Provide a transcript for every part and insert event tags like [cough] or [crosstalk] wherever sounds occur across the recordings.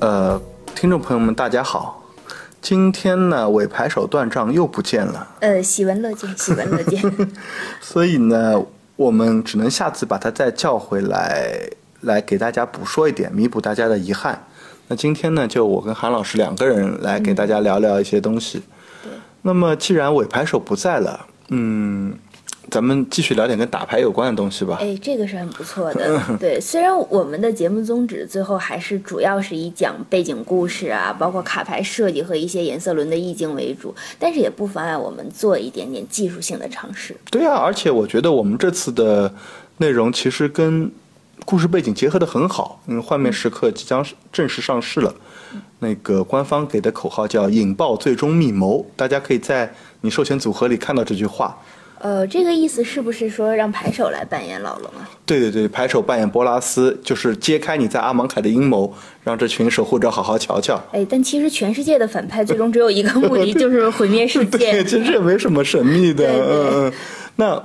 呃，听众朋友们，大家好。今天呢，尾牌手断账又不见了，呃，喜闻乐见，喜闻乐 [laughs] 见。所以呢，我们只能下次把它再叫回来，来给大家补说一点，弥补大家的遗憾。那今天呢，就我跟韩老师两个人来给大家聊聊一些东西。那么，既然尾牌手不在了，嗯，咱们继续聊点跟打牌有关的东西吧。哎，这个是很不错 [laughs] 的。对，虽然我们的节目宗旨最后还是主要是以讲背景故事啊，包括卡牌设计和一些颜色轮的意境为主，但是也不妨碍我们做一点点技术性的尝试。对啊，而且我觉得我们这次的内容其实跟故事背景结合的很好。嗯，幻灭时刻即将正式上市了，那个官方给的口号叫“引爆最终密谋”，大家可以在你授权组合里看到这句话。呃，这个意思是不是说让牌手来扮演老龙啊？对对对，牌手扮演波拉斯，就是揭开你在阿芒凯的阴谋，让这群守护者好好瞧瞧。哎，但其实全世界的反派最终只有一个 [laughs] 目的，就是毁灭世对，界。其实也没什么神秘 [laughs] 的。对对嗯嗯。那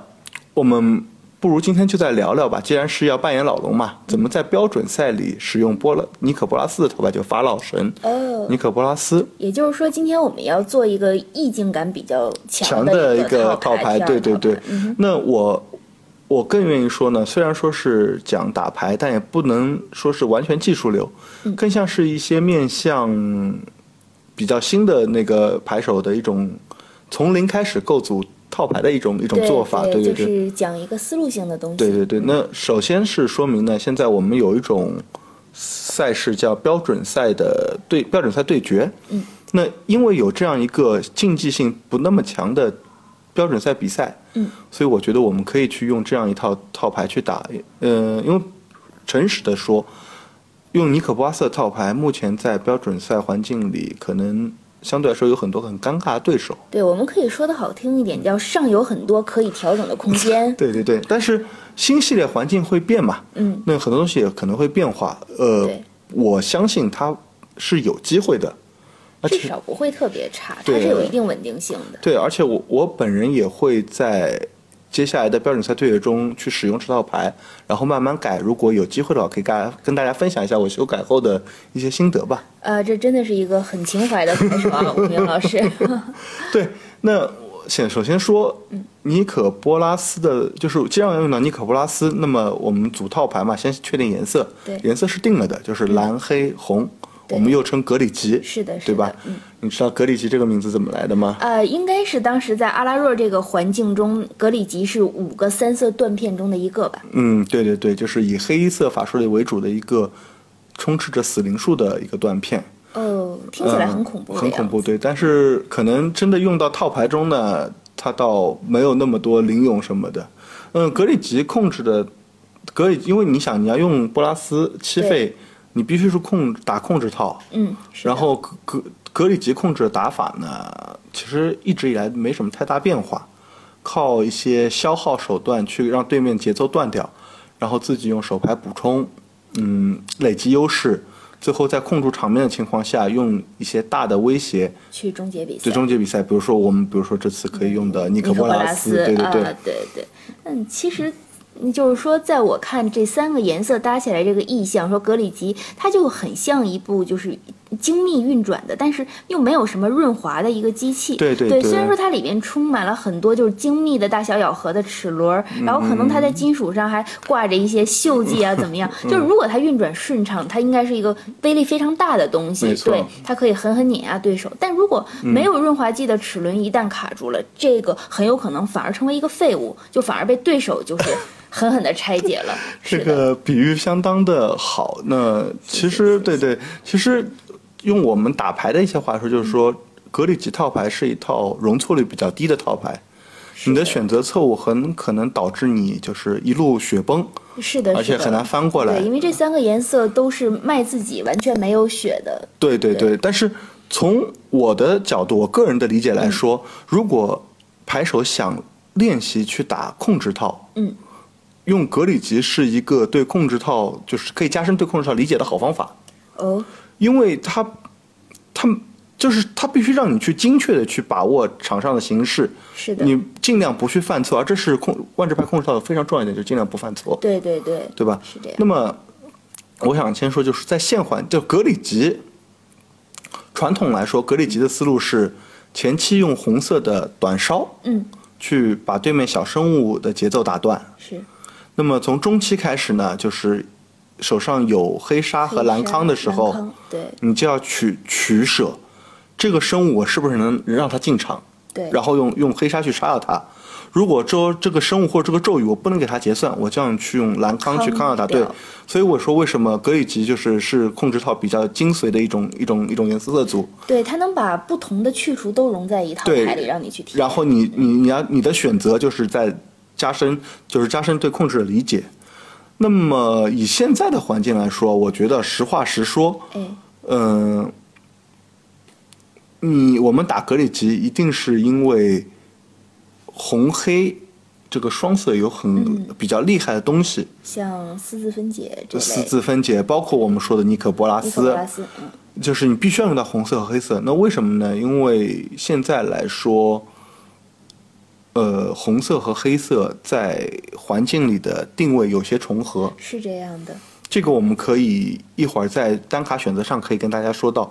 我们不如今天就再聊聊吧。既然是要扮演老龙嗯嘛，怎么在标准赛里使用波拉尼可波拉斯的头牌，就法老神、哦，尼可波拉斯也就是说，今天我们要做一个意境感比较强强的一一个套套牌？第二对对套对牌嗯哼。那我。我更愿意说呢，虽然说是讲打牌，但也不能说是完全技术流，嗯更像是一些面向比较新的那个牌手的一种从零开始构筑套牌的一种一种对做法，对对就。是讲一个思路性的东西。嗯对对对，那首先是说明呢，现在我们有一种赛事叫标准赛的对标准赛对决。嗯，那因为有这样一个竞技性不那么强的标准赛比赛，嗯，所以我觉得我们可以去用这样一套套牌去打。呃，因为诚实的说，用尼可波拉斯的套牌，目前在标准赛环境里，可能相对来说有很多很尴尬的对手。对，我们可以说的好听一点，叫上有很多可以调整的空间。对对对，但是新系列环境会变嘛，嗯，那很多东西也可能会变化。呃对，我相信它是有机会的， [laughs] 而至且少不会特别差，它对是有一定稳定性的。对，而且我我本人也会在接下来的标准赛对决中去使用这套牌，然后慢慢改。如果有机会的话，可以跟大家跟大家分享一下我修改后的一些心得吧。呃，这真的是一个很情怀的开 [laughs] 始啊，吴明老师。 [laughs] 对，那我先首先说，嗯尼可波拉斯的，就是既然要用到尼可波拉斯，那么我们组套牌嘛，先确定颜色对，嗯颜色是定了的，就是蓝、黑、红，我们又称格里吉，是的是的对吧？嗯你知道格里吉这个名字怎么来的吗？呃，应该是当时在阿拉若这个环境中，格里吉是五个三色断片中的一个吧？嗯，对对对，就是以黑色法术类为主的一个充斥着死灵术的一个断片。哦，听起来很恐怖嗯的、很恐怖，。对。但是可能真的用到套牌中呢，它倒没有那么多灵勇什么的。嗯，格里吉控制的格里，因为你想你要用波拉斯七费，你必须是控打控制套，嗯，是的然后格格格里吉控制的打法呢，其实一直以来没什么太大变化，靠一些消耗手段去让对面节奏断掉，然后自己用手牌补充，嗯，累积优势，最后在控住场面的情况下，用一些大的威胁去终结比赛最。终结比赛。比如说我们，比如说这次可以用的尼可波拉斯，对对对，啊，对对。嗯，其实嗯就是说，在我看这三个颜色搭起来这个意象，说格里吉，它就很像一部就是精密运转的，但是又没有什么润滑的一个机器。对对对虽然说它里面充满了很多就是精密的大小咬合的齿轮儿，然后可能它嗯在金属上还挂着一些锈迹啊，怎么样？就是如果它运转顺畅，它应该是一个威力非常大的东西没。错对，它可以狠狠碾压对手。但如果嗯没有润滑剂的齿轮一旦卡住了，这个很有可能反而成为一个废物，就反而被对手就是狠狠的拆解 [laughs] 了。这是的，个比喻相当的好。那其实对对，其实用我们打牌的一些话说，就是说格里吉套牌是一套容错率比较低的套牌，你的选择错误很可能导致你就是一路雪崩，是的，而且是的很难翻过来对，。因为这三个颜色都是卖自己，完全没有血的。对对对，但是从我的角度，我个人的理解来说，嗯如果牌手想练习去打控制套，嗯，用格里吉是一个对控制套就是可以加深对控制套理解的好方法。哦，因为他他就是他必须让你去精确的去把握场上的形势，是的，你尽量不去犯错，而这是控万智牌控制到的非常重要一点，就是尽量不犯错，对对对，对吧？是这样那么我想先说，就是在现环就格里吉传统来说，格里吉的思路是前期用红色的短烧，嗯，去把对面小生物的节奏打断。是，那么从中期开始呢，就是手上有黑沙和蓝康的时蓝候康，对你就要取取舍，这个生物我是不是能让它进场？对，然后用用黑沙去杀掉它。如果这这个生物或者这个咒语我不能给它结算，我就要去用蓝康去康抗掉它。掉对，所以我说为什么格里吉就是是控制套比较精髓的一种一种一种颜色组。对，它能把不同的去除都融在一套对牌里，让你去提。然后你你你要你的选择就是在加深，就是加深对控制的理解。那么以现在的环境来说，我觉得实话实说，哎，嗯，你我们打格里吉一定是因为红黑这个双色有很嗯比较厉害的东西，像四字分解这就类，四字分解，包括我们说的尼可波拉尼斯，可波拉斯，嗯，就是你必须要用到红色和黑色。那为什么呢？因为现在来说，呃，红色和黑色在环境里的定位有些重合，是这样的。这个我们可以一会儿在单卡选择上可以跟大家说到。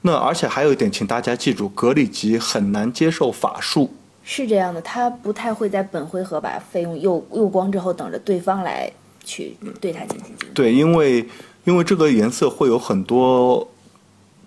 那而且还有一点，请大家记住，格里吉很难接受法术，是这样的，他不太会在本回合把费用用用光之后，等着对方来去对他进行进攻。对，因为因为这个颜色会有很多，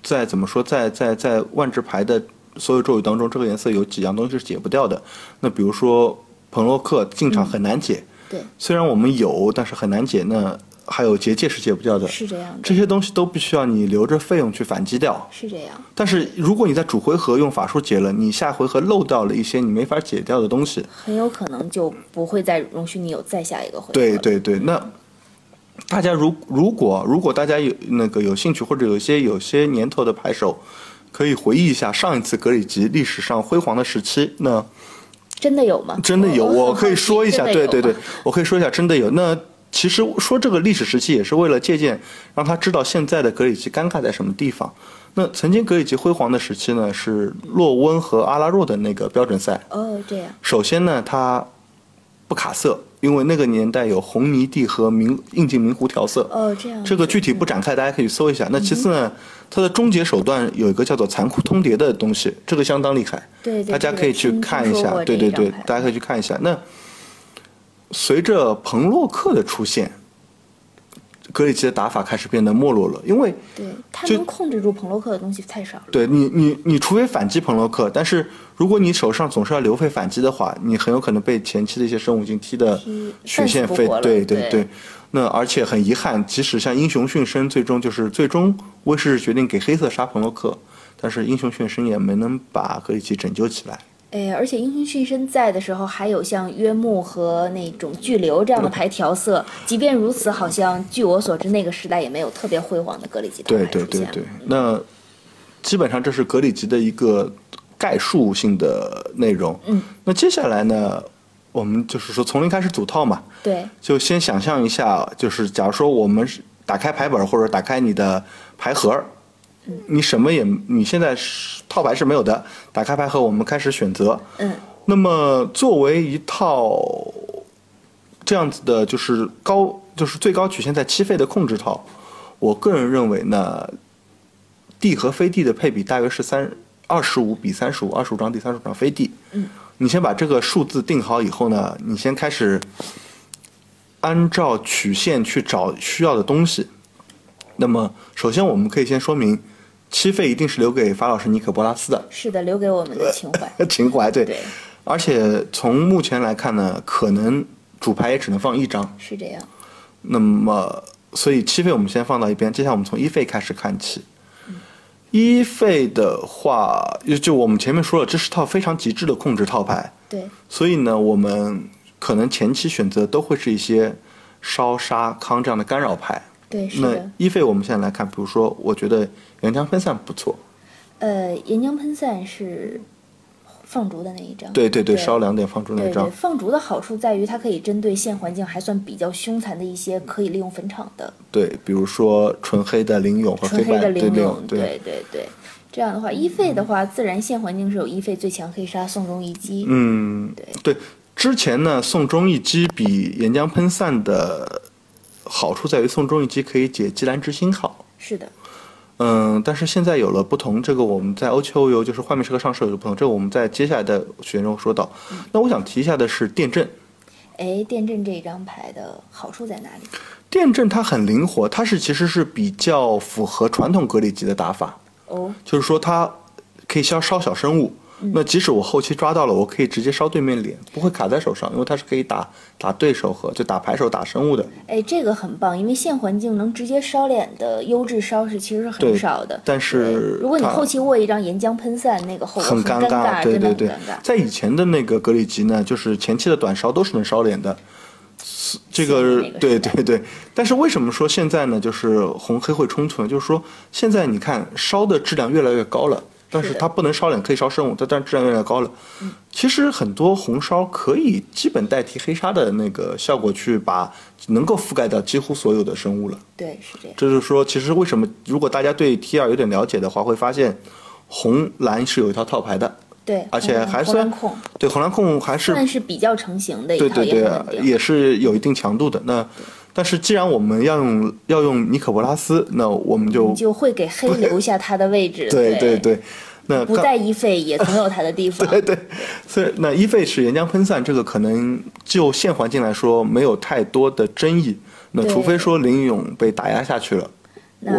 在怎么说，在在在万智牌的所有咒语当中，这个颜色有几样东西是解不掉的。那比如说彭洛克进场很难解，对，虽然我们有，但是很难解。那还有结界是解不掉的，是这样的，这些东西都必须要你留着费用去反击掉。是这样，但是如果你在主回合用法术解了，你下回合漏掉了一些你没法解掉的东西。很有可能就不会再容许你有再下一个回合。对，对对，那大家如如果如果大家有那个有兴趣或者有一些有些年头的牌手，可以回忆一下上一次格里吉历史上辉煌的时期。那真的有吗？真的有，我可以说一下，对对，很对我哦 [laughs] 好奇真的有吗，可以说一下，真的有。那其实说这个历史时期也是为了借鉴，让他知道现在的格里吉尴尬在什么地方。那曾经格里吉辉煌的时期呢，是洛温和阿拉若的那个标准赛。哦，这样，首先呢，它不卡色，因为那个年代有红泥地和明印记明湖调色。哦，这样，这个具体不展开，大家可以搜一下。那其次呢，嗯它的终结手段有一个叫做残酷通牒的东西，这个相当厉害。对，对大家可以去看一下，对对对，大家可以去看一下。那随着彭洛克的出现，格里奇的打法开始变得没落了，因为对他就能控制住彭洛克的东西太少了。对你你你除非反击彭洛克，但是如果你手上总是要留费反击的话，你很有可能被前期的一些生物已经踢的踢血线半死飞不活，了对对对。那而且很遗憾，即使像英雄训身，最终就是最终威士决定给黑色杀彭洛克，但是英雄训身也没能把格里奇拯救起来。哎，而且英雄训身在的时候，还有像约木和那种巨流这样的牌调色。即便如此，好像据我所知，那个时代也没有特别辉煌的格里吉塔对牌对出对现了。对，那基本上这是格里吉的一个概述性的内容。嗯，那接下来呢，我们就是说从零开始组套嘛，对就先想象一下，就是假如说我们是打开牌本或者打开你的牌盒儿，嗯你什么也你现在是套牌是没有的，打开牌盒我们开始选择。嗯，那么作为一套这样子的，就是高就是最高曲线在七费的控制套，我个人认为呢，地和飞地的配比大约是三二十五比三十五，二十五张地，三十五张飞地。嗯，你先把这个数字定好以后呢，你先开始按照曲线去找需要的东西。那么，首先我们可以先说明，七费一定是留给法老师尼可波拉斯的是的，留给我们的情怀。 [laughs] 情怀，对。对，而且从目前来看呢，可能主牌也只能放一张。是这样。那么，所以七费我们先放到一边，接下来我们从一费开始看起。一费的话，就就我们前面说了，这是套非常极致的控制套牌，对，所以呢，我们可能前期选择都会是一些烧杀康这样的干扰牌。对，是那的。一费我们现在来看，比如说，我觉得岩浆分散不错，呃，岩浆喷散是放逐的那一张。对对对，对烧两点放出那对张对，，放逐的好处在于它可以针对现环境还算比较凶残的一些可以利用坟场的对，比如说纯黑的灵勇和纯黑白的对玲灵珑，对对对对。这样的话，一费的话，自然现环境是有一 E 费最强黑鲨送中一击。嗯，对。之前呢，送中一击比岩浆喷散的好处在于，送中一击可以解基兰之心号。是的，嗯，但是现在有了不同，这个我们在 O 七 O U 就是画面时刻上市有了不同，这个我们在接下来的学中说到。嗯那我想提一下的是电阵，哎，电阵这张牌的好处在哪里？电阵它很灵活，它是其实是比较符合传统格里吉的打法，哦，就是说它可以消烧小生物。嗯那即使我后期抓到了，我可以直接烧对面脸，不会卡在手上，因为它是可以打打对手和就打牌手打生物的。哎，这个很棒，因为现环境能直接烧脸的优质烧是其实是很对少的。但是对如果你它后期握一张岩浆喷散，那个后果很尴尴尬，对真的对很对尴尬。。在以前的那个格里吉呢，就是前期的短烧都是能烧脸的，是这个那个对时代对对。但是为什么说现在呢？就是红黑会冲突呢？就是说现在你看烧的质量越来越高了，但是是的嗯它不能烧脸，可以烧生物，但但是质量越来越高了。其实很多红烧可以基本代替黑沙的那个效果，去把能够覆盖掉几乎所有的生物了。对，是这样。这就是说，其实为什么如果大家对 T 二有点了解的话，会发现红蓝是有一套套牌的。对，而且红蓝还红蓝算控对，红蓝控还是算是比较成型的一对套，对也对很稳，定。也是有一定强度的。那但是既然我们要用要用尼可波拉斯，那我们就你就会给黑留下它的位置。对对对，对，那不刚哎在一费也总有它的地 [laughs] 方。对对，所以那一费是岩浆喷散，这个可能就现环境来说没有太多的争议。那对除非说林勇被打压下去了。那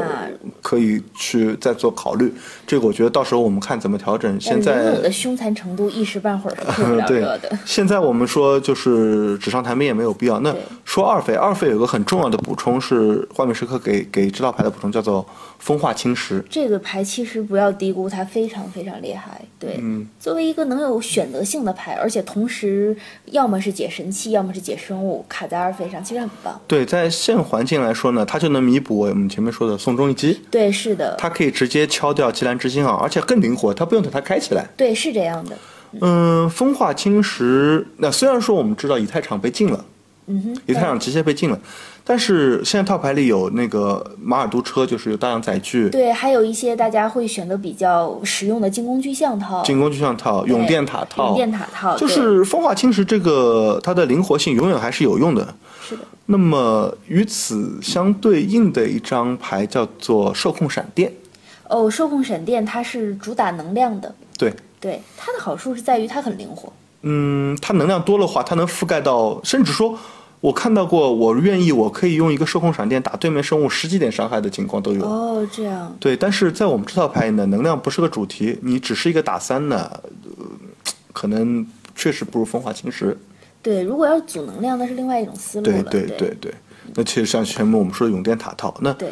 可以去再做考虑，这个我觉得到时候我们看怎么调整。现但是在林勇的凶残程度一时半会 [laughs] 儿是退不嗯，了对热的。，现在我们说就是纸上谈兵也没有必要。那对说二费，二费有个很重要的补充是画面时刻给给这道牌的补充，叫做风化侵蚀。这个牌其实不要低估它，非常非常厉害。对，嗯作为一个能有选择性的牌，而且同时要么是解神器，要么是解生物，卡在二费上，其实很棒。对，在现环境来说呢，它就能弥补我们前面说的送中一击，对，是的，它可以直接敲掉吉兰之心啊，而且更灵活，它不用等它开起来。对，是这样的。嗯，风化侵蚀，那虽然说我们知道以太厂被禁了，嗯哼，以太厂直接被禁了，但是现在套牌里有那个马尔都车，就是有大量载具。对，还有一些大家会选择比较实用的进攻巨象套、进攻巨像套、对永电塔套、用电塔套，就哦对是风化侵蚀这个它的灵活性永远还是有用的。是的，那么与此相对应的一张牌叫做受控闪电，哦，受控闪电它是主打能量的，对，对它的好处是在于它很灵活。嗯，它能量多的话，它能覆盖到，甚至说。我看到过，我愿意，我可以用一个受控闪电打对面生物十几点伤害的情况都有。哦，这样对，但是在我们这套牌里呢，能量不是个主题，你只是一个打三呢，呃可能确实不如风化侵蚀。对，如果要是组能量，那是另外一种思路对了。对对对对，那其实像前面我们说的永电塔套，那对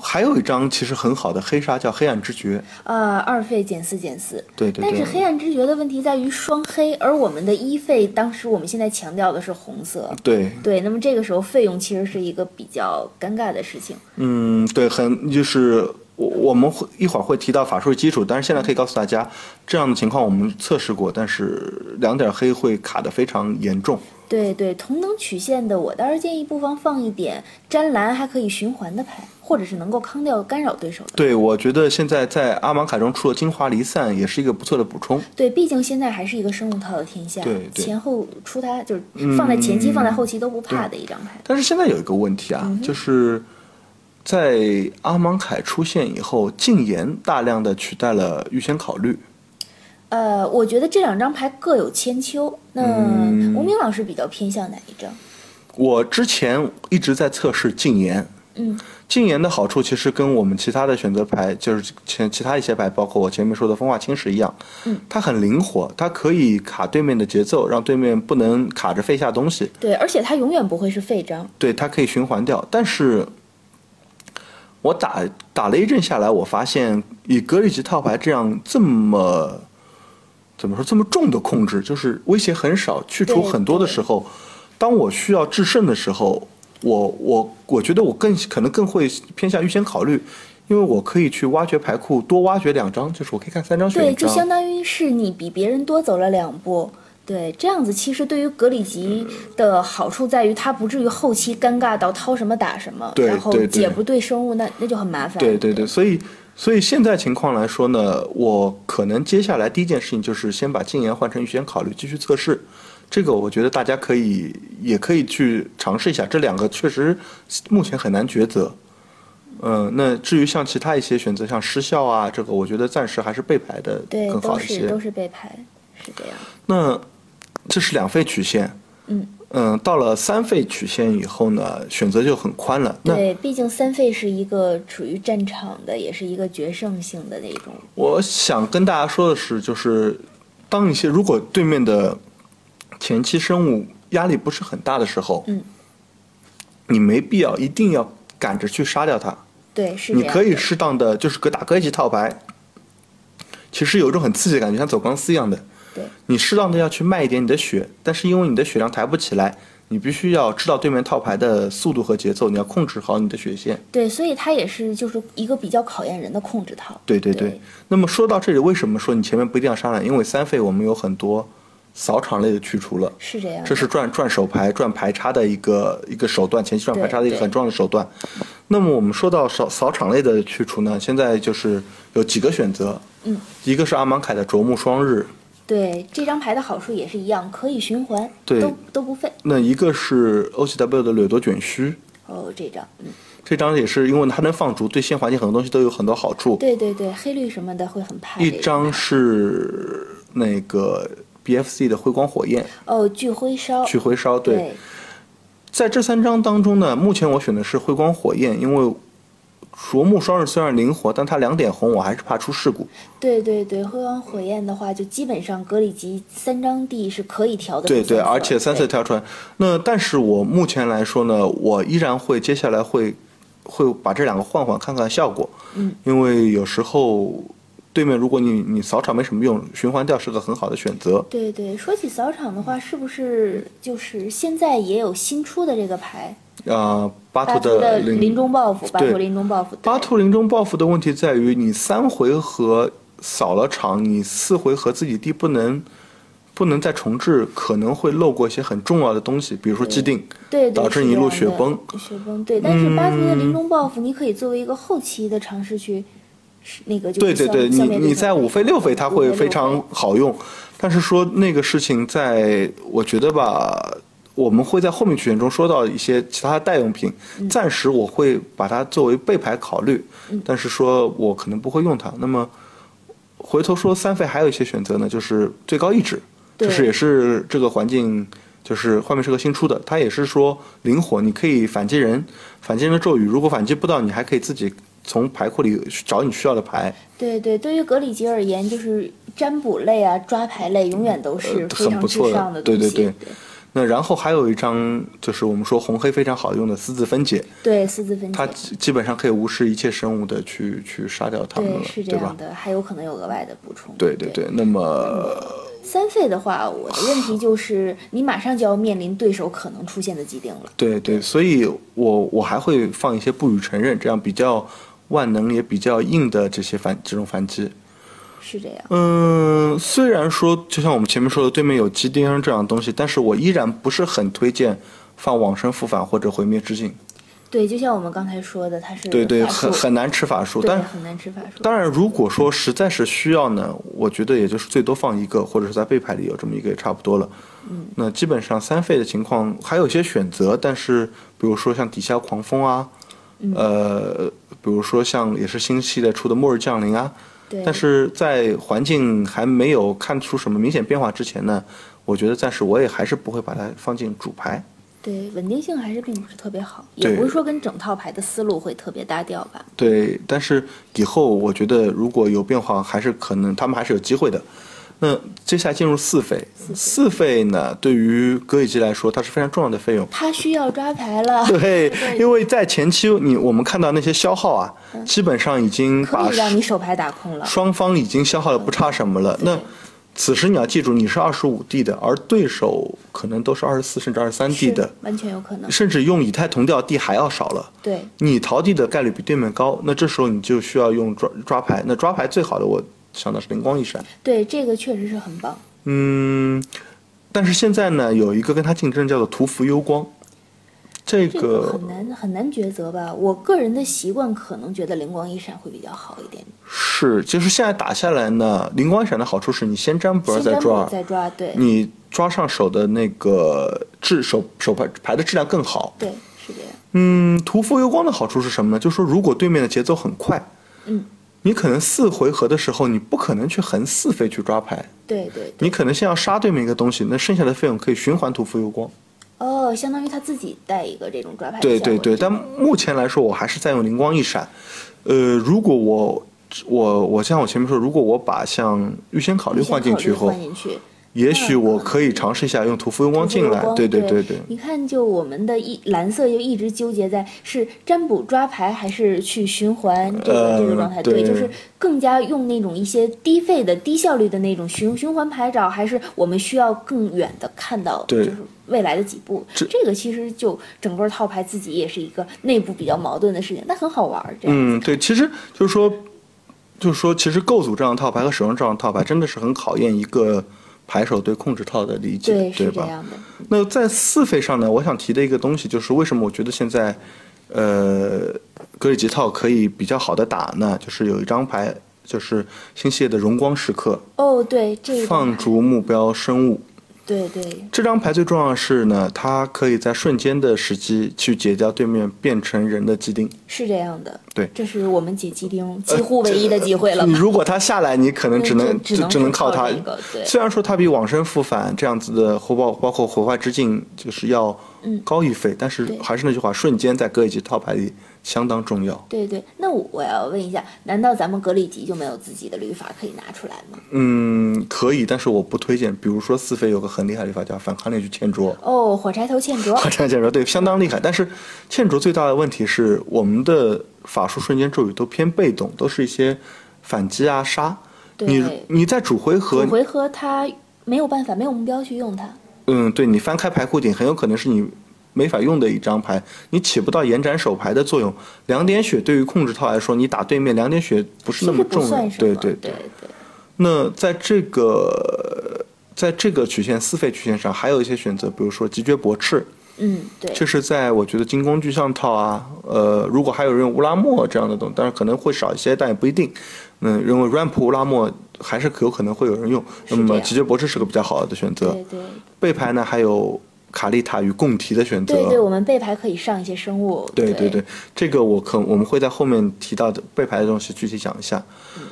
还有一张其实很好的黑鲨叫《黑暗之觉》，啊，二费减四减四。对对对。但是黑暗之觉的问题在于双黑，而我们的一费当时我们现在强调的是红色。对，对，那么这个时候费用其实是一个比较尴尬的事情。嗯，对，很就是我我们会一会儿会提到法术基础，但是现在可以告诉大家，这样的情况我们测试过，但是两点黑会卡得非常严重。对对，同等曲线的，我倒是建议不妨放一点粘蓝还可以循环的牌，或者是能够抗掉干扰对手的。对，我觉得现在在阿玛卡中出了精华离散，也是一个不错的补充。对，毕竟现在还是一个生物套的天下，对对嗯前后出它就是放在前期、放在后期都不怕的一张牌。但是现在有一个问题啊，就是在阿芒凯出现以后，禁言大量的取代了预先考虑。呃，我觉得这两张牌各有千秋。那嗯吴明老师比较偏向哪一张？我之前一直在测试禁言，嗯，禁言的好处其实跟我们其他的选择牌，就是前其他一些牌，包括我前面说的风化侵蚀一样，嗯，它很灵活，它可以卡对面的节奏，让对面不能卡着废下东西，对，而且它永远不会是废张。对，它可以循环掉。但是，我打打了一阵下来，我发现以格里吉套牌这样这么怎么说这么重的控制，就是威胁很少，去除对很多的时候，当我需要制胜的时候，我我我觉得我更可能更会偏向预先考虑。因为我可以去挖掘牌库，多挖掘两张，就是我可以看三张选对，一就张。相当于是你比别人多走了两步。对，这样子其实对于格里吉的好处在于，他不至于后期尴尬到掏什么打什么，对然后对对解不对生物，那那就很麻烦。对对对，所以所以现在情况来说呢，我可能接下来第一件事情就是先把禁言换成预先考虑，继续测试。这个我觉得大家可以也可以去尝试一下，这两个确实目前很难抉择。嗯、呃，那至于像其他一些选择，像失效啊，这个我觉得暂时还是背牌的对，更都好一是些。都是背牌，是这样。那这是两费曲线，嗯嗯，到了三费曲线以后呢，选择就很宽了。那对，毕竟三费是一个处于战场的，也是一个决胜性的那种。我想跟大家说的是，就是当一些如果对面的前期生物压力不是很大的时候，嗯，你没必要一定要赶着去杀掉它，对，是这你样。可以适当的就是跟打哥一起套牌，其实有一种很刺激的感觉，像走钢丝一样的。对，你适当的要去卖一点你的血，但是因为你的血量抬不起来，你必须要知道对面套牌的速度和节奏，你要控制好你的血线。对，所以它也是就是一个比较考验人的控制套。对对对对。那么说到这里，为什么说你前面不一定要上来？因为三费我们有很多扫场类的去除了，是这样。这是转转手牌、转牌差的一个一个手段，前期转牌差的一个对很重要的手段。那么我们说到扫扫场类的去除呢，现在就是有几个选择，嗯，一个是阿芒凯的啄木双日，对这张牌的好处也是一样，可以循环，对都都不费。那一个是 OCW 的掠夺卷须，哦，这张，嗯，这张也是因为它能放逐，对现环境很多东西都有很多好处。对对对，黑绿什么的会很怕这一个。张是那个 BFC 的辉光火焰哦，聚灰烧，去回烧，对，对在这三张当中呢，目前我选的是辉光火焰，因为啄木双日虽然灵活，但它两点红，我还是怕出事故。对对对，辉煌火焰的话，就基本上格里吉三张地是可以调的对比较对，色而且三色对跳船，那但是我目前来说呢，我依然会接下来会会把这两个换换看看效果，嗯，因为有时候对面如果你你扫场没什么用，循环掉是个很好的选择。对对，说起扫场的话，是不是就是现在也有新出的这个牌？啊、巴巴图图的的林中报复，巴对图林中报复，对巴图林中报复的问题在于，你三回合扫了场，你四回合自己地不能不能再重置，可能会漏过一些很重要的东西，比如说既定。对对导致是你这一路样雪的崩，雪崩对。但是巴图的林中报复，你可以作为一个后期的尝试去，是那个就对是对对，消你消灭对你方在的五费六费它五费会六非常费好用，但是说那个事情在，我觉得吧，我们会在后面曲线中说到一些其他的代用品，嗯暂时我会把它作为备牌考虑，但是说我可能不会用它。那么回头说三费还有一些选择呢，就是最高意志，对就是也是这个环境。就是画面是个新出的，它也是说灵活，你可以反击人，反击人的咒语，如果反击不到，你还可以自己从牌库里找你需要的牌。对对，对于格里吉而言，就是占卜类啊、抓牌类，永远都是呃非很常不错至的上东对西。对对那然后还有一张就是我们说红黑非常好用的四字分解，对四字分它解，基基本上可以无视一切生物的去去杀掉它们对了，是这对样吧？的，还有可能有额外的补充。对对对对，那么三费的话，我的问 [sighs] 题就是你马上就要面临对手可能出现的既定了。对对，所以我我还会放一些不予承认，这样比较万能也比较硬的这些反这种反击。是这样，嗯，虽然说就像我们前面说的，对面有鸡丁这样的东西，但是我依然不是很推荐放往生复返或者毁灭之境。对，就像我们刚才说的，它是对对，法术很很难吃法术，对但是很难吃法术。当然，如果说实在是需要呢，我觉得也就是最多放一个，或者是在备牌里有这么一个也差不多了。嗯，那基本上三费的情况还有一些选择，但是比如说像底下狂风啊，呃，比如说像也是新系列出的末日降临啊，对，但是在环境还没有看出什么明显变化之前呢，我觉得暂时我也还是不会把它放进主牌。对稳定性还是并不是特别好，也对不是说跟整套牌的思路会特别搭调吧。对，但是以后我觉得如果有变化，还是可能他们还是有机会的。那接下来进入四费，四费呢，对于格里吉来说，它是非常重要的费用。他需要抓牌了， [laughs] [laughs] 对，因为在前期你我们看到那些消耗啊，基本上已经把嗯可以让你手牌打空了。双方已经消耗的不差什么了。那此时你要记住，你是二十五 D 的，而对手可能都是二十四甚至二十三 D 是的，完全有可能。甚至用以太同调 D 还要少了。对你逃地的概率比对面高，那这时候你就需要用抓抓牌。那抓牌最好的，我想到是灵光一闪。对，这个确实是很棒。嗯，但是现在呢，有一个跟他竞争叫做屠夫幽光，这这个个很难很难抉择吧？我个人的习惯可能觉得灵光一闪会比较好一点，是就是现在打下来呢，灵光一闪的好处是你先占卜先再占卜抓，再抓，对你抓上手的那个质手手牌牌的质量更好。对是这样。嗯，屠夫幽光的好处是什么呢？就是说，如果对面的节奏很快，嗯，你可能四回合的时候，你不可能去横四飞去抓牌，对对对。你可能先要杀对面一个东西，那剩下的费用可以循环屠夫幽光。哦，相当于他自己带一个这种抓牌。对对对，但目前来说，我还是在用灵光一闪。呃，如果我我我像我前面说，如果我把像预先考虑换进去后，换进去。也许我可以尝试一下用屠夫幽光进来，对对对对。你看，就我们的一蓝色就一直纠结在是占卜抓牌还是去循环这个、呃、这个状态，对，就是更加用那种一些低费的低效率的那种循循环牌找，还是我们需要更远的看到，就是未来的几步。这这个其实就整个套牌自己也是一个内部比较矛盾的事情，但很好玩。这样嗯，对，其实就是说，就是说，其实构组这张套牌和使用这张套牌真的是很考验一个。牌手对控制套的理解，对吧？那在四费上呢，我想提的一个东西就是，为什么我觉得现在，呃，格里吉套可以比较好的打呢？就是有一张牌，就是星系的荣光时刻。哦，对，这个、放逐目标生物。对对。这张牌最重要的是呢，它可以在瞬间的时机去解掉对面变成人的鸡丁。是这样的。对，这是我们解鸡 [laughs] 丁几乎唯一的机会了、呃。你如果他下来，你可能只能只只能靠他。这个、对虽然说他比往生复返这样子的火爆，包括火化之境就是要高一费，嗯、但是还是那句话，瞬间在格里吉套牌里相当重要。对对，那我要问一下，难道咱们格里吉就没有自己的律法可以拿出来吗？嗯，可以，但是我不推荐。比如说四费有个很厉害的律法叫反抗链锯欠 [laughs] 啄。哦，火柴头欠啄。火柴头欠啄对，相当厉害。但是欠啄最大的问题是我们的。法术瞬间咒语都偏被动，都是一些反击啊杀。你你在主回合，主回合他没有办法，没有目标去用它。嗯，对你翻开牌库顶，很有可能是你没法用的一张牌，你起不到延展手牌的作用。两点血对于控制套来说，你打对面两点血不是那么重要。啊对对对对。那在这个在这个曲线四费曲线上，还有一些选择，比如说极绝驳斥。嗯，对，这是在我觉得金工具象套啊，呃，如果还有人用乌拉莫这样的东西，当然可能会少一些，但也不一定。嗯，因为 ramp 乌拉莫还是有可能会有人用，那么极绝博士是个比较好的选择。对对。背牌呢，还有卡丽塔与贡提的选择。对对，我们背牌可以上一些生物。啊对对对，对这个我可我们会在后面提到的背牌的东西具体讲一下。嗯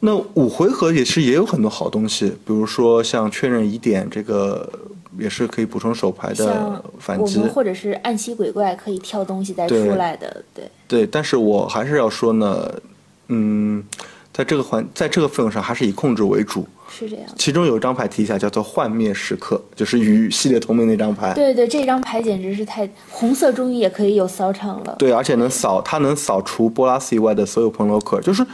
那五回合也是也有很多好东西，比如说像确认疑点这个也是可以补充手牌的反击，或者是暗吸鬼怪可以跳东西再出来的，对对。但是我还是要说呢，嗯，在这个环在这个费用上还是以控制为主，是这样。其中有一张牌提一下，叫做幻灭时刻，就是与系列同名那张牌。对对，这张牌简直是太红色，终于也可以有扫场了。对，而且能扫它能扫除波拉斯以外的所有朋洛克，就是。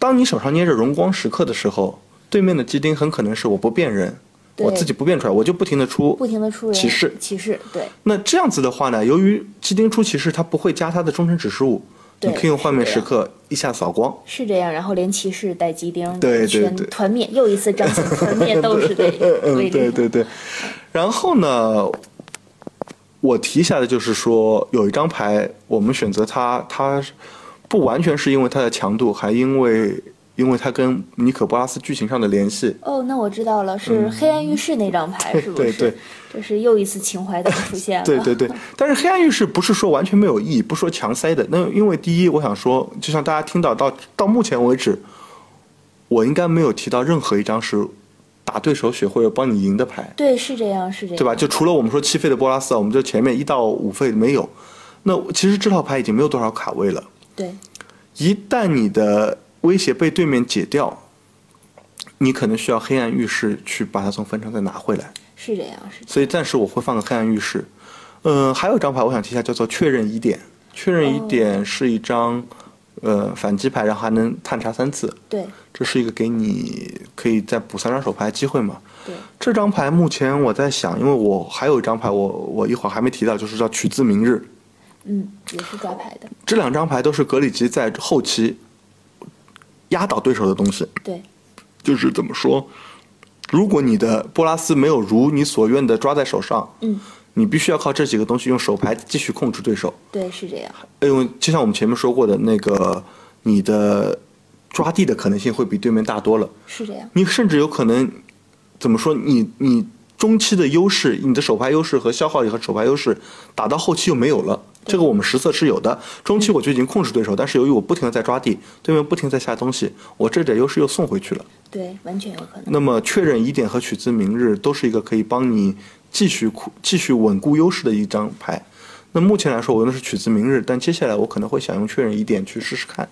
当你手上捏着荣光时刻的时候，对面的基丁很可能是我不变人，我自己不变出来，我就不停的出，不停的出骑士，骑士，对。那这样子的话呢，由于基丁出骑士，他不会加他的忠诚指示物，你可以用幻灭时刻一下扫光。是这样，然后连骑士带基丁，对对对，嗯团灭，又一次彰显团 [laughs] 灭斗士的威力。对对对，然后呢？我提一下的就是说，有一张牌，我们选择它，它。不完全是因为它的强度，还因为因为它跟尼可波拉斯剧情上的联系。哦，那我知道了，是黑暗浴室那张牌，嗯、是不是？嗯对对，这是又一次情怀党 [laughs] 出现了。对对对，但是黑暗浴室不是说完全没有意义，不说强塞的。那因为第一，我想说，就像大家听到到到目前为止，我应该没有提到任何一张是。打对手血或者帮你赢的牌，对，是这样，是这样，对吧？就除了我们说七费的波拉斯，啊我们就前面一到五费没有。那其实这套牌已经没有多少卡位了。对，一旦你的威胁被对面解掉，你可能需要黑暗浴室去把它从坟场再拿回来。是这样，是这样。所以暂时我会放个黑暗浴室。嗯、呃，还有一张牌我想提一下，叫做确认疑点。确认疑点是一张、哦、呃反击牌，然后还能探查三次。对，这是一个给你可以再补三张手牌的机会嘛？对。这张牌目前我在想，因为我还有一张牌我，我我一会儿还没提到，就是叫取自明日。嗯，也是抓牌的。这两张牌都是格里吉在后期压倒对手的东西。对，就是怎么说？如果你的波拉斯没有如你所愿的抓在手上，嗯，你必须要靠这几个东西用手牌继续控制对手。对，是这样。因为就像我们前面说过的那个，你的抓地的可能性会比对面大多了。是这样。你甚至有可能怎么说？你你中期的优势，你的手牌优势和消耗也和手牌优势，打到后期又没有了。这个我们实测是有的。中期我就已经控制对手，但是由于我不停的在抓地，对面不停在下东西，我这点优势又送回去了。对，完全有可能。那么确认疑点和取自明日都是一个可以帮你继续继续稳固优势的一张牌。那目前来说，我用的是取自明日，但接下来我可能会想用确认疑点去试试看。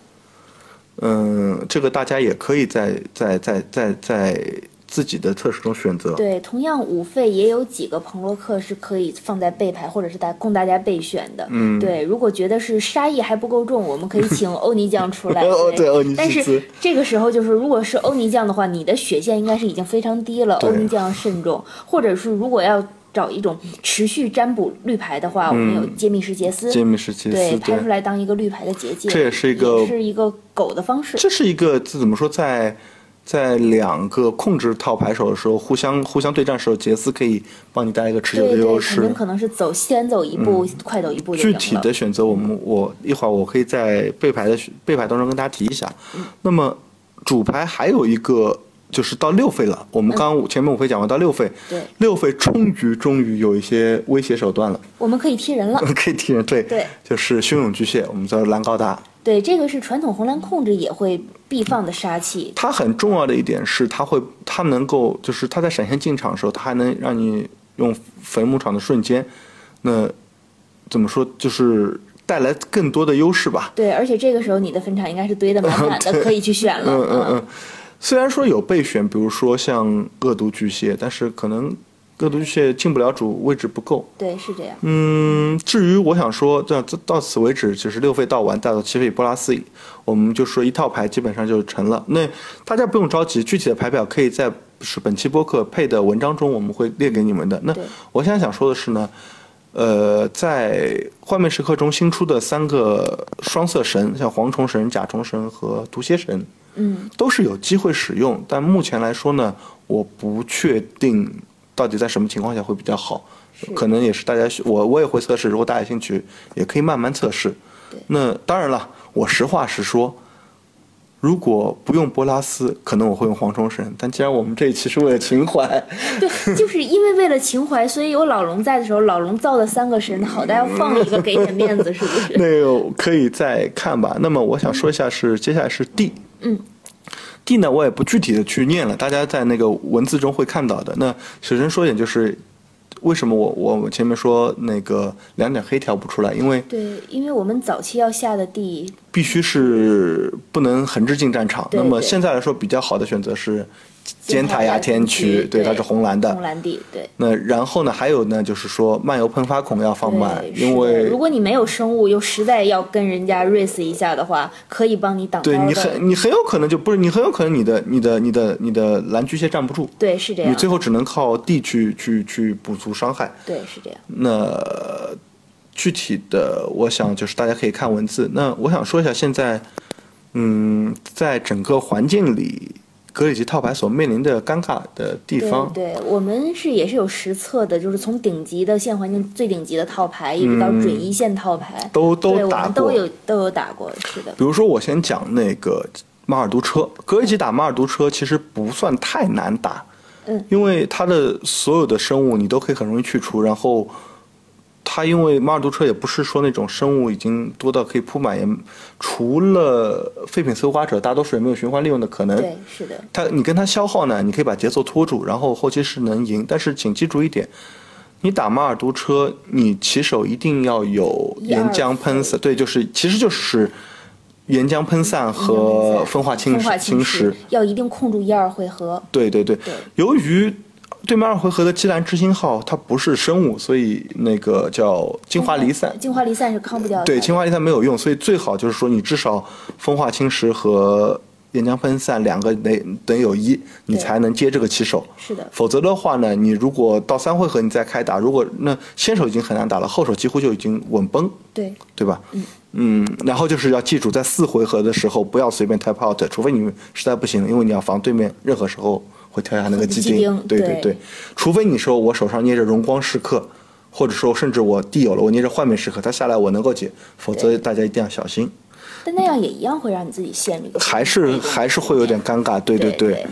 嗯，这个大家也可以在在在在在自己的测试中选择。对，同样五费也有几个彭洛克是可以放在备牌，或者是大供大家备选的。嗯，对，如果觉得是沙溢还不够重，我 [laughs] 们可以请欧尼酱出来。哦，对，欧尼但是这个时候就是，如果是欧尼酱的话，你的血线应该是已经非常低了。欧尼酱慎重，或者是如果要。找一种持续占卜绿牌的话，我们有揭秘式杰斯，嗯揭秘式杰斯对拍出来当一个绿牌的结界，这也是一个是一个狗的方式。这是一个怎么说，在在两个控制套牌手的时候，互相互相对战时候，杰斯可以帮你带来一个持久的优势。肯定可能是走先走一步，快走一步。嗯具体的选择，我嗯们我一会儿我可以在备牌的备牌当中跟大家提一下。嗯那么主牌还有一个。就是到六费了，我们刚前面五费讲完到六费，嗯对，六费终于终于有一些威胁手段了， [laughs] 我们可以踢人了，可以踢人，对，对，就是汹涌巨蟹，我们叫蓝高达，对，这个是传统红蓝控制也会必放的杀器。它很重要的一点是，它会它能够就是它在闪现进场的时候，它还能让你用坟墓场的瞬间，那怎么说就是。带来更多的优势吧。对，而且这个时候你的坟场应该是堆得满 [laughs] 满的，可以去选了。啊嗯嗯嗯。嗯虽然说有备选，比如说像恶毒巨蟹，但是可能恶毒巨蟹进不了主，位置不够。对，是这样。嗯，至于我想说，到到此为止，就是六费到完，带到七费波拉斯，我们就说一套牌基本上就成了。那大家不用着急，具体的牌表可以在是本期播客配的文章中我们会列给你们的。那我现在想说的是呢，呃，在画面时刻中新出的三个双色神，像蝗虫神、甲虫神和毒蝎神。嗯，都是有机会使用，但目前来说呢，我不确定到底在什么情况下会比较好，可能也是大家我我也会测试，如果大家有兴趣，也可以慢慢测试。那当然了，我实话实说，如果不用波拉斯，可能我会用蝗虫神，但既然我们这一期是为了情怀，对，就是因为为了情怀，所以有老龙在的时候，老龙造的三个神，好歹要放一个给点面子，是不是？ [laughs] 那个可以再看吧。那么我想说一下是，接下来是 D。嗯，D 呢，我也不具体的去念了，大家在那个文字中会看到的。那首先说一点，就是为什么我我前面说那个两点黑调不出来，因为对，因为我们早期要下的 D 必须是不能横置进战场。对对那么现在来说，比较好的选择是尖塔亚天区，对，它是红蓝的。红蓝地，对。那然后呢，还有呢，就是说漫游喷发孔要放满，对因为是的如果你没有生物，又实在要跟人家 race 一下的话，可以帮你挡对刀你的很你很有可能就不是你很有可能你的你的你的你的蓝巨蟹站不住，对，啊是这样你，最后只能靠 D 去去去补足伤害。对，是这样。那具体的，我想就是大家可以看文字。那我想说一下，现在，嗯，在整个环境里，格里吉套牌所面临的尴尬的地对方，对，我们是也是有实测的，就是从顶级的现环境最顶级的套牌，一直到准一线套牌，嗯都对，都我打们过都。有都有打过，是的，比如说，我先讲那个马尔都车，格里吉打马尔都车其实不算太难打，嗯，因为它的所有的生物你都可以很容易去除，然后。它因为马尔都车也不是说那种生物已经多到可以铺满，也除了废品搜刮者，大多数也没有循环利用的可能。对，是的，它你跟它消耗呢，你可以把节奏拖住，然后后期是能赢。但是请记住一点，你打马尔都车，你起手一定要有一岩二浆喷四散，对，就是其实就是岩浆喷嗯散和分分化侵化蚀侵蚀蚀。要一定控住一二回合，对对对对，由于对面二回合的基兰之星号它不是生物，所以那个叫精华离散，净化离散是抗不掉的，对，氰化离散没有用，所以最好就是说你至少风化侵蚀和岩浆喷散两个得得有一，你对才能接这个起手。是的，否则的话呢，你如果到三回合你再开打，如果那先手已经很难打了，后手几乎就已经稳崩，对，对吧？嗯然后就是要记住，在四回合的时候不要随便 tap out，除非你实在不行，因为你要防对面任何时候会跳下那个击鸡丁丁。对对对，除非你说我手上捏着荣光时刻，或者说甚至我地有了，我捏着幻灭时刻，它下来我能够解，否则大家一定要小心。但那样也一样会让你自己陷入一个还是还是会有点尴尬，对对对。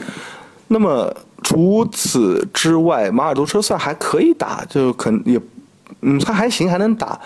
那么除此之外，马尔都车算还可以打，就肯也嗯，他还行，还能打。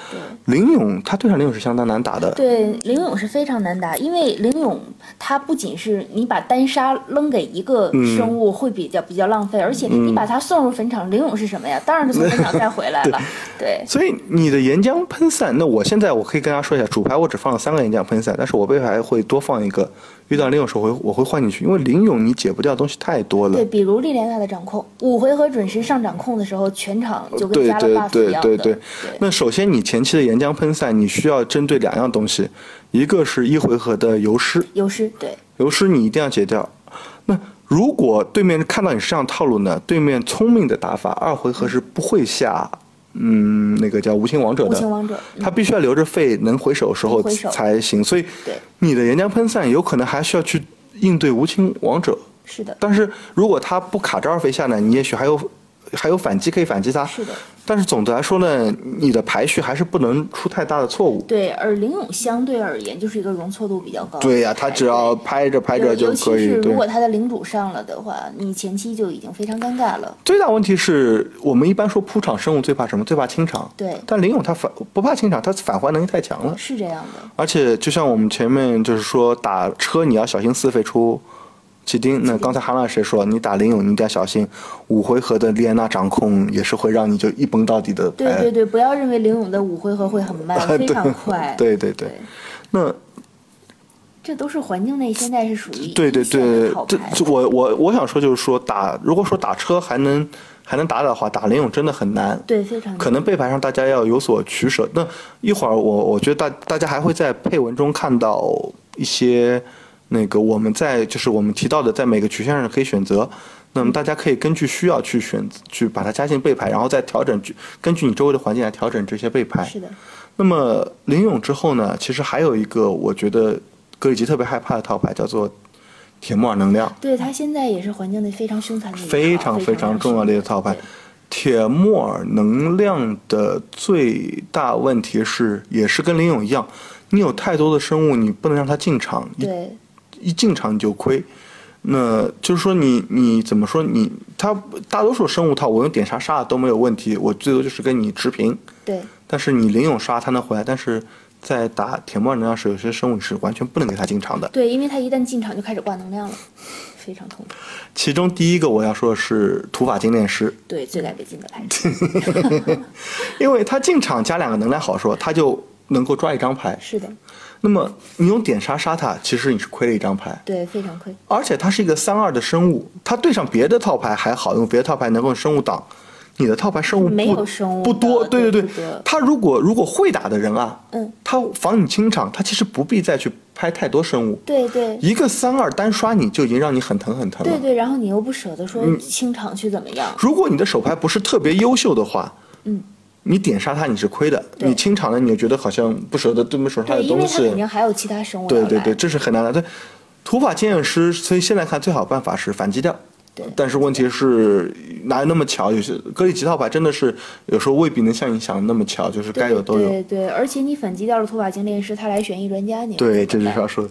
林勇，他对上林勇是相当难打的。对，林勇是非常难打，因为林勇他不仅是你把单杀扔给一个嗯生物会比较、比较浪费，而且你把他送入坟场，林勇是什么呀？当然是从坟场再回来 [laughs] 了。对，所以你的岩浆喷散，那我现在我可以跟大家说一下，主牌我只放了三个岩浆喷散，但是我备牌会多放一个。遇到林勇时候，我会我会换进去，因为林勇你解不掉东西太多了。对，比如莉莲娜的掌控，五回合准时上掌控的时候，全场就跟加了 buff 一样对对对对。那首先你前期的岩浆喷散，你需要针对两样东西，一个是一回合的游尸，游尸对，游尸你一定要解掉。那如果对面看到你是这样套路呢，对面聪明的打法，二回合是不会下。嗯，那个叫无情王者的，无情王者，嗯他必须要留着费能回手时候才行，所以你的岩浆喷散有可能还需要去应对无情王者。是的，但是如果他不卡着二费下呢，你也许还有还有反击可以反击他。是的，但是总的来说呢，你的排序还是不能出太大的错误。对，而林勇相对而言就是一个容错度比较高。对呀、啊，他只要拍着拍着就可以。尤其是如果他的领主上了的话，你前期就已经非常尴尬了。最大问题是我们一般说铺场生物最怕什么？最怕清场。对。但林勇他反不怕清场，他返还能力太强了。是这样的。而且就像我们前面就是说打车，你要小心四费出。奇丁，那刚才韩老师也说了，你打林勇你一定要小心，五回合的莉安娜掌控也是会让你就一崩到底的。对对对，不要认为林勇的五回合会很慢， [laughs] 非常快。哎啊对对对，那这都是环境内现在是属于对对对，这我我我想说就是说打，如果说打车还能还能打打的话，打林勇真的很难。对，非常可能背牌上大家要有所取舍。那一会儿我我觉得大大家还会在配文中看到一些。那个我们在就是我们提到的，在每个局限上可以选择，那么大家可以根据需要去选，去把它加进备牌，然后再调整，根据你周围的环境来调整这些备牌。是的。那么林勇之后呢，其实还有一个我觉得格里吉特别害怕的套牌叫做铁木尔能量。对他现在也是环境内非常凶残的一非常非常重要的一个套牌。铁木尔能量的最大问题是，也是跟林勇一样，你有太多的生物，你不能让它进场。对。一进场你就亏，那就是说你你怎么说你他大多数生物套我用点杀杀都没有问题，我最多就是跟你持平。对。但是你林勇杀他能回来，但是在打铁木尔能量时，有些生物是完全不能给他进场的。对，因为他一旦进场就开始挂能量了，非常痛苦。其中第一个我要说的是土法精炼师，对最来北 [laughs] 京的牌，因为他进场加两个能量好说，他就能够抓一张牌。是的。那么你用点杀杀他，其实你是亏了一张牌，对，非常亏。而且它是一个三二的生物，它对上别的套牌还好用，别的套牌能够生物挡，你的套牌生物没有生物不多，对对对。他如果如果会打的人啊，嗯，他防你清场，他其实不必再去拍太多生物，对对。一个三二单刷你就已经让你很疼很疼了，对对。然后你又不舍得说嗯清场去怎么样？如果你的手牌不是特别优秀的话，嗯。你点杀他你是亏的，你清场了你就觉得好像不舍得对面手上的东西。对，因为他肯定还有其他生物。对对对，这是很难的。对，土法剑师，所以现在看最好办法是反击掉。对。但是问题是哪有那么巧？有些格里吉套牌真的是有时候未必能像你想的那么巧，就是该有都有。对对，而且你反击掉了土法精炼师，他来悬疑专家，你对，这就是要说的。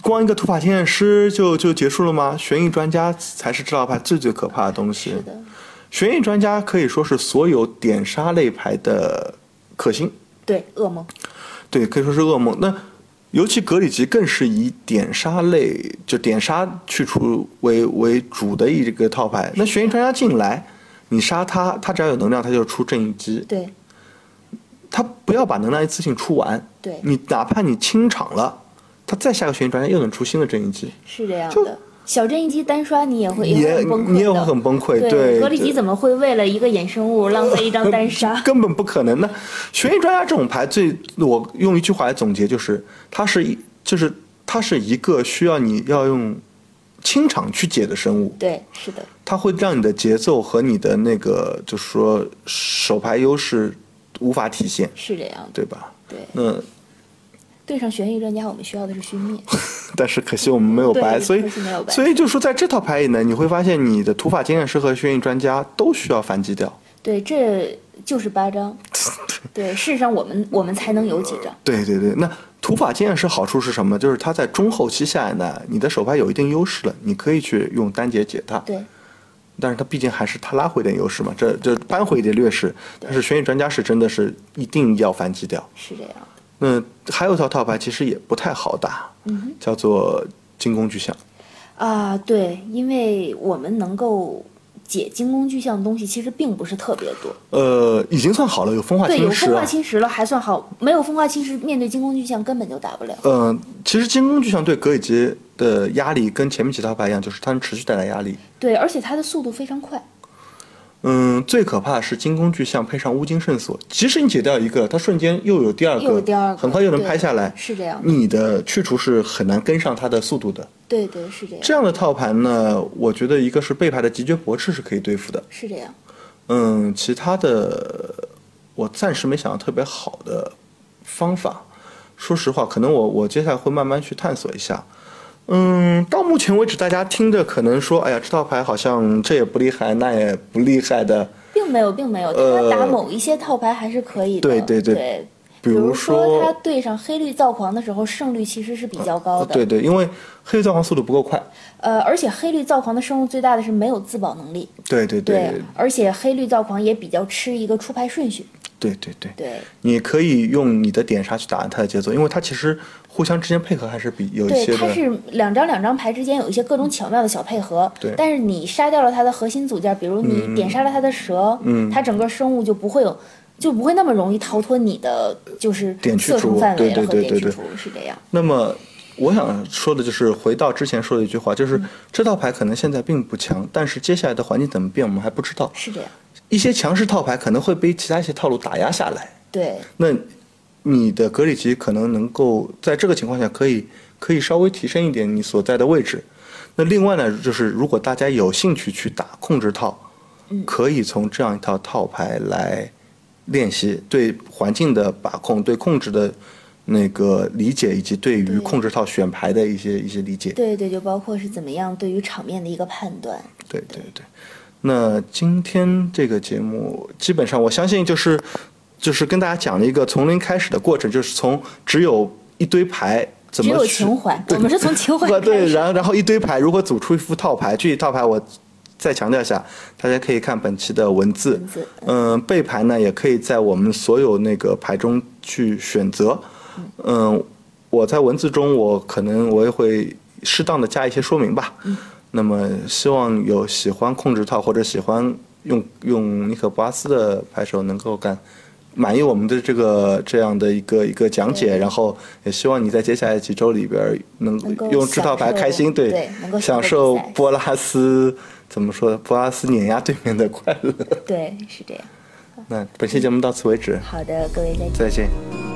光一个土法剑师就就结束了吗？悬疑专家才是这套牌最最可怕的东西。是的。悬疑专家可以说是所有点杀类牌的克星，对噩梦，对可以说是噩梦。那尤其格里吉更是以点杀类就点杀去除为为主的一个套牌。那悬疑专家进来，你杀他，他只要有能量，他就出正义机。对，他不要把能量一次性出完。对，你哪怕你清场了，他再下个悬疑专家又能出新的正义机。是这样的。小镇一击单刷你也会也你也会很崩溃，对。格里吉怎么会为了一个衍生物浪费一 [laughs] 张单杀？根本不可能的。悬疑专家这种牌最，我用一句话来总结，就是它是一，就是它是一个需要你要用清场去解的生物。对，是的。它会让你的节奏和你的那个，就是说手牌优势无法体现。是这样的，对吧？对。那。对上悬疑专家，我们需要的是虚灭，但是可惜我们没有白，所以所以就说在这套牌里呢，你会发现你的土法经验师和悬疑专家都需要反击掉。对，这就是 [laughs] 八张。对，事实上我们我们才能有几张。对对对，那土法经验师好处是什么？就是它在中后期下来呢，你的手牌有一定优势了，你可以去用单节解它。对。但是它毕竟还是它拉回一点优势嘛，这这扳回一点劣势。但是悬疑专家是真的是一定要反击掉。是这样的。那还有一套套牌其实也不太好打，嗯叫做精工具象。哼啊，对，因为我们能够解精工具象的东西其实并不是特别多。呃，已经算好了，有风化对，有侵蚀风化啊。侵蚀了还算好，没有风化侵蚀，面对精工具象根本就打不了。呃，其实精工具象对格里杰的压力跟前面几套牌一样，就是它能持续带来压力。对，而且它的速度非常快。嗯，最可怕的是精工具象配上乌金圣所，即使你解掉一个，它瞬间又有第二个，又有第二个很快又能对拍下来。嗯是这样的你的去除是很难跟上它的速度的。对对，是这样，这样的套盘呢，我觉得一个是背牌的极绝驳斥是可以对付的，是这样。嗯，其他的我暂时没想到特别好的方法。说实话，可能我我接下来会慢慢去探索一下。嗯，到目前为止，大家听着可能说，哎呀，这套牌好像这也不厉害，那也不厉害的。并没有，并没有，呃他打某一些套牌还是可以的。对对对对比比如如说他对上黑绿造狂的时候，胜率其实是比较高的。呃对对，因为黑钻皇速度不够快。呃，而且黑绿造狂的胜率最大的是没有自保能力。对对对而且黑绿造狂也比较吃一个出牌顺序。对对对，对你可以用你的点杀去打它的节奏，因为它其实互相之间配合还是比有一些对，它的。是两张两张牌之间有一些各种巧妙的小配合。对嗯但是你杀掉了它的核心组件，比如你点杀了它的蛇，嗯，它整个生物就不会有。就不会那么容易逃脱你的就是点去射程除范对围对和对点对去对除是这样。那么我想说的就是，回到之前说的一句话，嗯就是这套牌可能现在并不强，但是接下来的环境怎么变，我们还不知道。是这样，一些强势套牌可能会被其他一些套路打压下来，对那你的格里奇可能能够在这个情况下可以可以稍微提升一点你所在的位置。那另外呢，就是如果大家有兴趣去打控制套，可以从这样一套套牌来练习对环境的把控、对控制的那个理解，以及对于控制套选牌的一些一些理解。对对，就包括是怎么样对于场面的一个判断。对对对。那今天这个节目，基本上我相信就是就是跟大家讲了一个从零开始的过程，就是从只有一堆牌怎只么有去情怀，我们是从情怀不 [laughs] 开对，始。然后然后一堆牌如何组出一副套牌，具体套牌我再强调一下，大家可以看本期的文字文字。嗯、背牌呢也可以在我们所有那个牌中去选择。嗯、我在文字中我可能我也会适当的加一些说明吧。嗯那么希望有喜欢控制套或者喜欢用用尼可布阿斯的牌手能够感满意我们的这个这样的一个一个讲解，然后也希望你在接下来几周里边儿能能够用这套牌享受开心，对能够享享受受波拉斯怎么说波拉斯碾压对面的 [laughs] 快乐。对，是这样。那本期节目到此为止，好的，各位再再见。见。嗯